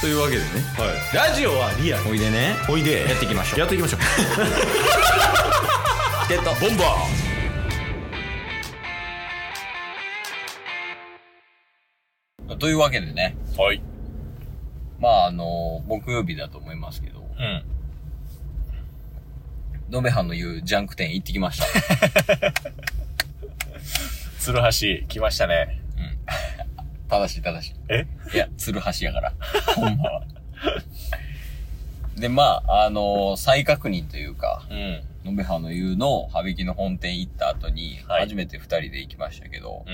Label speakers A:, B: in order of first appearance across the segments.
A: というわけでね
B: ラジオはリアル
A: おいでね
B: おいで
A: やっていきましょう
B: やっていきましょう
A: ゲットボンバー
C: というわけでね、
B: はい
C: まああの、木曜日だと思いますけど、
B: うん
C: ドベハンの言うジャンク店行ってき ました。
B: 鶴橋来ましたね
C: 正しい正し
B: え
C: い。いや、鶴橋や から。ほんまは。で、まあ、あの再確認というか、
B: うん
C: のべはの言うの、はべきの本店行った後に、
B: はい
C: 初めて二人で行きましたけど、
B: う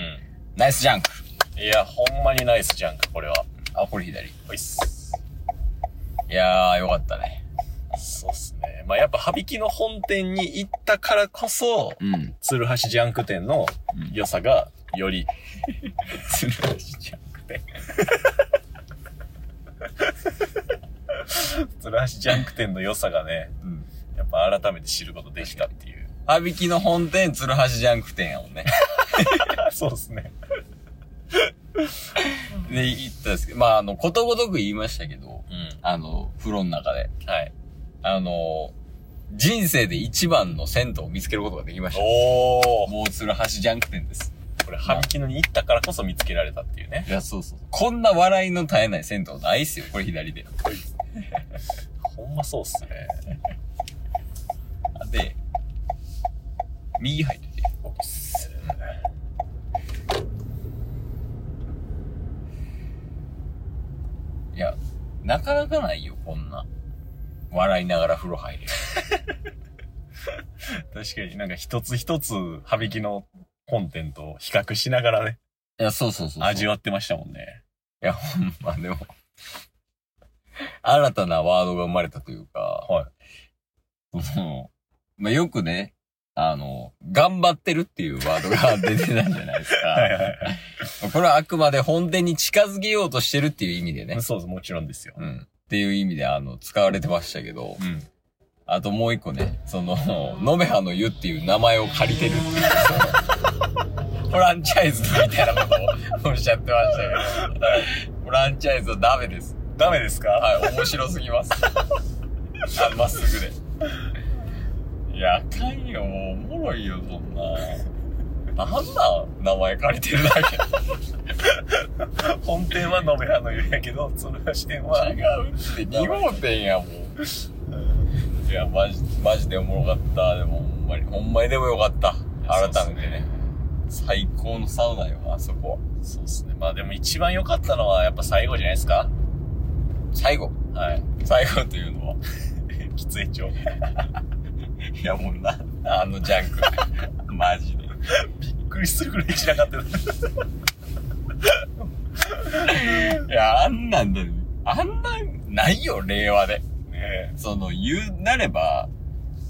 C: ナイスジャンク
B: んいやほんまにナイスジャンクこれは
C: あ、これ左。い
B: おいっす
C: やー、よかったね。
B: そうっすねまあやっぱ羽きの本店に行ったからこそ
C: うん。
B: 鶴橋ジャンク店の良さがより
C: 鶴橋ジャンク店。
B: 鶴橋ジャンク店の良さがね
C: うん。
B: やっぱ改めて知ることできたっていう
C: はびきの本店、鶴橋ジャンク店やもんね。
B: そうですね
C: で、行ったんですけど、まあ、あの、ことごとく言いましたけど、
B: うん
C: あの、風呂の中で、
B: はい
C: あの、人生で一番の銭湯を見つけることができました。
B: おお
C: もう鶴橋ジャンク店です。
B: これ羽きのに行ったからこそ見つけられたっていうね
C: いや、そうそうそう。こんな笑いの絶えない銭湯ないっすよ。これ左で。
B: ほんまそうっすね
C: で、右入ってて。
B: おいっす
C: いや、なかなかないよ、こんな。笑いながら風呂入れる。
B: 確かになんか一つ一つ羽きの本店と比較しながらね
C: いや、そうそうそうそう。
B: 味
C: い
B: わってましたもんね
C: や、ほん ま、でも。新たなワードが生まれたというか、
B: はい
C: その、まあ、よくね、あの、頑張ってるっていうワードが出てたじゃないですか。
B: はいはいは
C: これはあくまで本店に近づけようとしてるっていう意味でね
B: い。そうですもちろんですよ
C: うん。っていう意味で、あの、使われてましたけど、
B: うん
C: あともう一個ね、その、のべはの湯っていう名前を借りてるっていう、その、フランチャイズみたいなことをおっしゃってましたけど、フランチャイズはダメです。
B: ダメですか
C: はい、面白すぎます。 あまっすぐで。いや、あかんよ、もうおもろいよ、そんな。なんなん名前借りてるだ け。
B: 本店は飲めらの湯や けど、鶴橋店は。
C: 違うって2号店やもんいやマジマジでおもろかったでもほんまにほんまにでもよかった改めてね最高のサウナよあそこ
B: そうっすね。まあでも一番良かったのはやっぱ最後じゃないですか
C: 最後
B: はい。
C: 最後というのは
B: 喫煙所。
C: いやもうなあのジャン クマジで
B: びっくりするぐらい散ら かってる。
C: いやあんなんだあんなんないよ令和で
B: ね
C: その言うなれば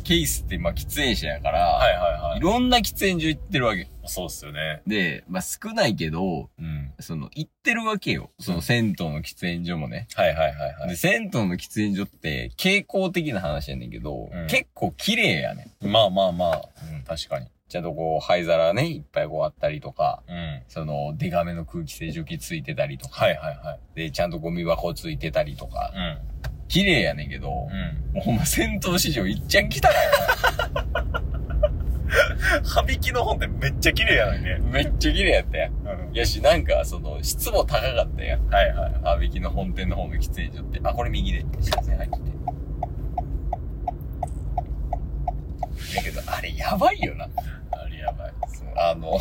C: ケースってまあ喫煙者やから、
B: え。はいはいいは
C: ろんな喫煙所行ってるわけ
B: い。そうっすよね。
C: で、まあ、少ないけど、
B: うん。
C: その、行ってるわけよ。その、銭湯の喫煙所もね。
B: はいはいはいは
C: で、銭湯の喫煙所って、傾向的な話やねんけど、
B: うん
C: 結構綺麗やねん。
B: い。まあまあまあ。うん、確かに。
C: ちゃんとこう、灰皿ね、いっぱいこうあったりとか、
B: うん。はい
C: その、デカめの空気清浄機ついてたりとか、
B: はいは
C: で、ちゃんとゴミ箱ついてたりとか、
B: い。
C: 綺麗やねんけど、も
B: うん。うん。
C: うほんま銭湯史上いっちゃん汚い
B: はびきの本ってめっちゃ綺麗やのにね。
C: わ。めっちゃ綺麗やったやん。
B: うん。はい
C: やし、なんか、その、質も高かったやん。
B: いはい。
C: あびきの本店の方の喫煙所って、あ、これ右で、全然入ってて。だけど、あれやばいよな。
B: あれやばい。
C: そのあの、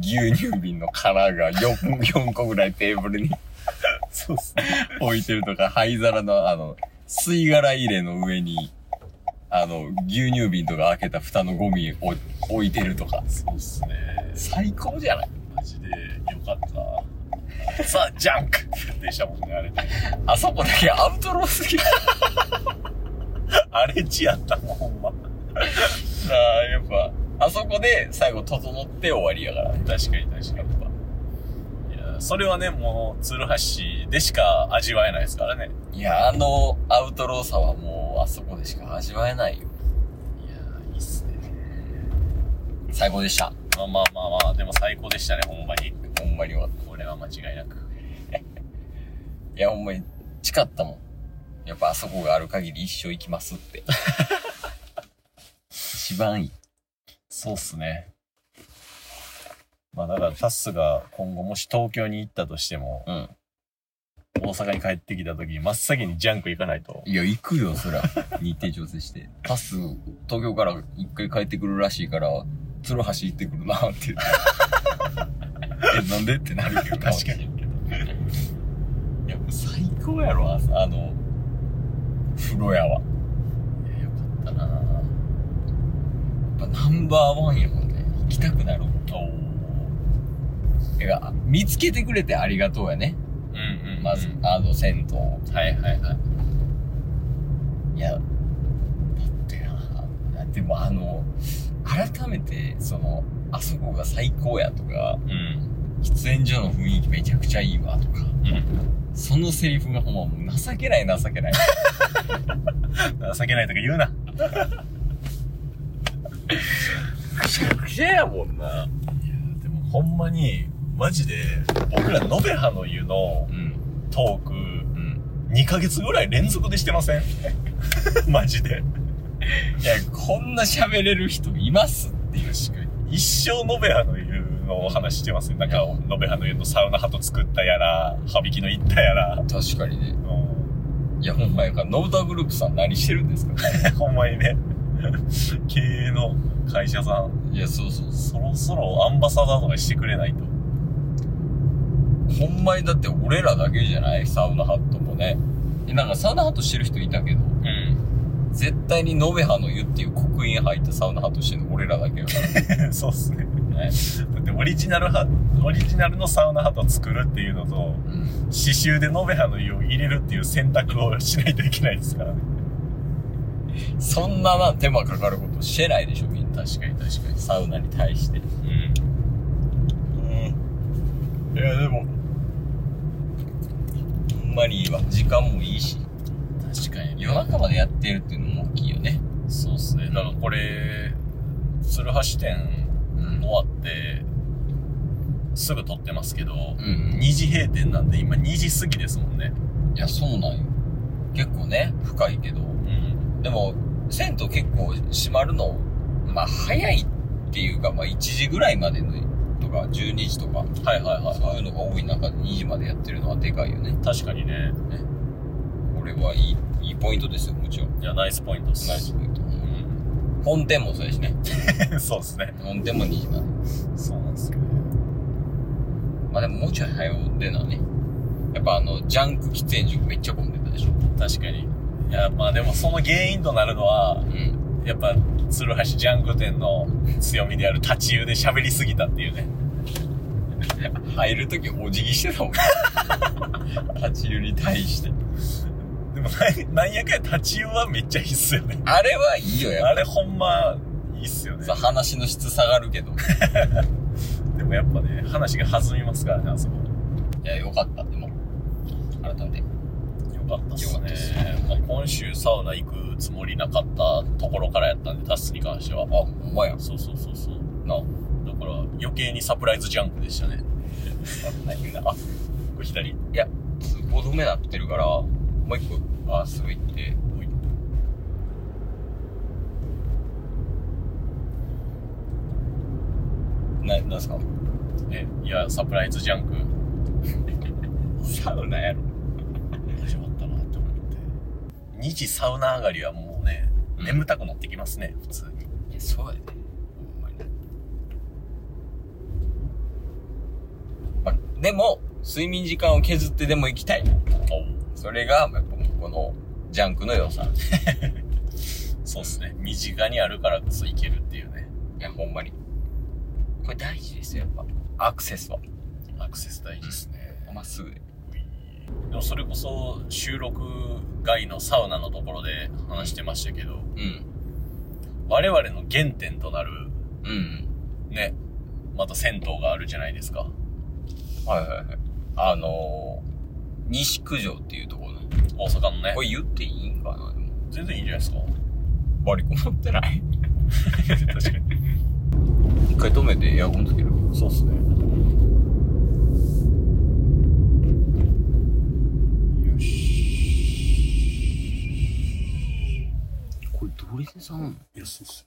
C: 牛乳瓶の殻が 4, 4個ぐらいテーブルに
B: そうっすね。
C: 置いてるとか、灰皿のあの、吸い殻入れの上に、あの、牛乳瓶とか開けた蓋のゴミを置いてるとか。
B: そうっすね。
C: 最高じゃない
B: マジで良かった。さあ、ジャンクでしたもんね、あれ。
C: あそこだけアウトローすぎる。
B: 荒れ地やったもん、ほんま。
C: ああ、やっぱ、あそこで最後整って終わりやから。
B: 確かに確かに。いや、それはね、もう、鶴橋でしか味わえないですからね。
C: いや、あの、アウトローさはもう、あそこでしか味わえないよ。
B: いや、いいっすね。
C: 最高でした。
B: まあまあまあまあ、でも最高でしたね、ほんまに。
C: ほんまによかっ
B: これは間違いなく。
C: いや、ほんまに、誓ったもん。やっぱあそこがある限り一生行きますって。 一番いい。
B: そうっすね。まあだからタスが今後もし東京に行ったとしても、
C: うん。
B: 大阪に帰ってきた時に真っ先にジャンク行かないと。
C: いや、行くよ、そら。 日程調整して。タス、東京から一回帰ってくるらしいから、鶴橋行ってくるなって言 って。え、なんでってなるけどな。
B: 確かに。いや、もう最高やろ、ああの、
C: 風呂屋は。や
B: いやよかったな
C: っぱナンバーワンやもんね。行きたくなるもん。
B: おお。
C: いや、見つけてくれてありがとうやね。
B: うんうん。
C: まず、
B: あ、
C: あの銭
B: はいはいはい。
C: 湯。いや、だってな。でもあの、改めて、その、あそこが最高やとか、
B: うん。
C: 喫煙所の雰囲気めちゃくちゃいいわとか。
B: うん。
C: そのセリフがほんまもう情けない情けない。
B: 情けないとか言うな。
C: くしゃくしゃやもんな。
B: いやでもほんまに、マジで、僕らノベハの湯の
C: うん。
B: トーク、
C: うん。
B: 2ヶ月ぐらい連続でしてません マジで。
C: いや、こんな喋れる人います
B: 確かに。一生ノベハの湯の話してますね。なんか、ノベハの湯のサウナハト作ったやら、羽引きの行ったやら。
C: 確かにね。
B: う
C: いや、ほんまやから、ノブタグループさん何してるんですか
B: ん、ほんまにね、 経営の会社さん、
C: いや、そうそう
B: そろそろアンバサダーとかしてくれないと。
C: ほんまにだって俺らだけじゃないサウナハットもね。えなんかサウナハットしてる人いたけど、
B: う
C: 絶対にノベハの湯っていう刻印入ったサウナハットしてるの俺らだけよ。
B: ん。 そうっすね。
C: ね。
B: だってオリジナルハ、オリジナルのサウナハットを作るっていうのと、
C: うん。
B: 刺繍でノベハの湯を入れるっていう選択をしないといけないですからね。
C: そんなな、手間かかることしてないでしょ、みんな。
B: 確かに確かに。
C: サウナに対して。
B: うん。いや、でも、
C: ほんまにいいわ。時間もいいし。
B: 確かに
C: 夜中までやってるっていうのも大きいよね。
B: そうっすね。だからこれ、鶴橋店終わって、すぐ撮ってますけど、
C: うん。
B: 2時閉店なんで今2時過ぎですもんね。
C: いや、そうなんよ。結構ね、深いけど。
B: うん。
C: でも、銭湯結構閉まるの、まあ、早いっていうか、まあ、1時ぐらいまでのとか、12時とか、
B: はいはいはい。
C: そういうのが多い中で2時までやってるのはでかいよね。
B: 確かにね。
C: これはいい、いいポイントですよ、もちろん。
B: いや、ナイスポイントっす。
C: ナイスポイント。
B: う
C: 本店もそうやしね。
B: ん。 そうっすね。
C: 本店も2時まで。
B: そうなんですけど
C: まあ、でももうちょい早う出なね。やっぱあの、ジャンク喫煙所めっちゃ混んでたでしょ。
B: 確かに。いや、まあでもその原因となるのは
C: う、ん。
B: やっぱ、鶴橋ジャンク店の強みである立ち湯で喋りすぎたっていうね。
C: 入るときお辞儀して たもん。立ち寄りに対して。
B: でもなん、なんやかんや立ち湯はめっちゃいいっすよね。
C: あれはいいよ、やっぱ
B: あれほんま、いいっすよね
C: さ。話の質下がるけど。
B: でもやっぱね、話が弾みますからね、あそこ。
C: いや、よかった、でも。改めて。
B: よかったっ
C: よ
B: す
C: かった
B: ね
C: っすね。
B: まあ今週サウナ行くつもりなかったところからやったんで、タスに関しては。
C: あ、ほんまや。
B: そうそうそうそう。
C: なあ。
B: だから余計にサプライズジャンクでしたね。
C: 何な。あ、
B: これ左。
C: いや、通行止めなってるから、もう一個、あ、すぐ行って。な、なんすか
B: え、いや、サプライズジャンク。
C: サウナやろ。
B: 始まったなって思って。2時サウナ上がりはもうね、
C: うん
B: 眠たくなってきますね、普通に。
C: いや、そうやね。ほんまにな。まあ、でも、睡眠時間を削ってでも行きたい。
B: おう
C: それが、まあやっぱもうこの、ジャンクの良さ。
B: そうっすね。身近にあるからこそ行けるっていうね。
C: いや、ほんまに。これ大事ですよ、やっぱ。アクセスは。
B: アクセス大事っすね。
C: まっすぐで。
B: でもそれこそ収録外のサウナのところで話してましたけど、
C: うん。
B: 我々の原点となる、
C: うん。
B: ね、また銭湯があるじゃないですか。
C: はいはいはい。あのー、西九条っていうところね。
B: 大阪のね
C: こ。れ言っていいんかなでも
B: 全然いいんじゃないですか。
C: バリコン持ってない
B: 確かに。
C: 一回止めてエアコンつける。
B: そうっすね。
D: 安いです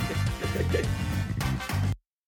B: す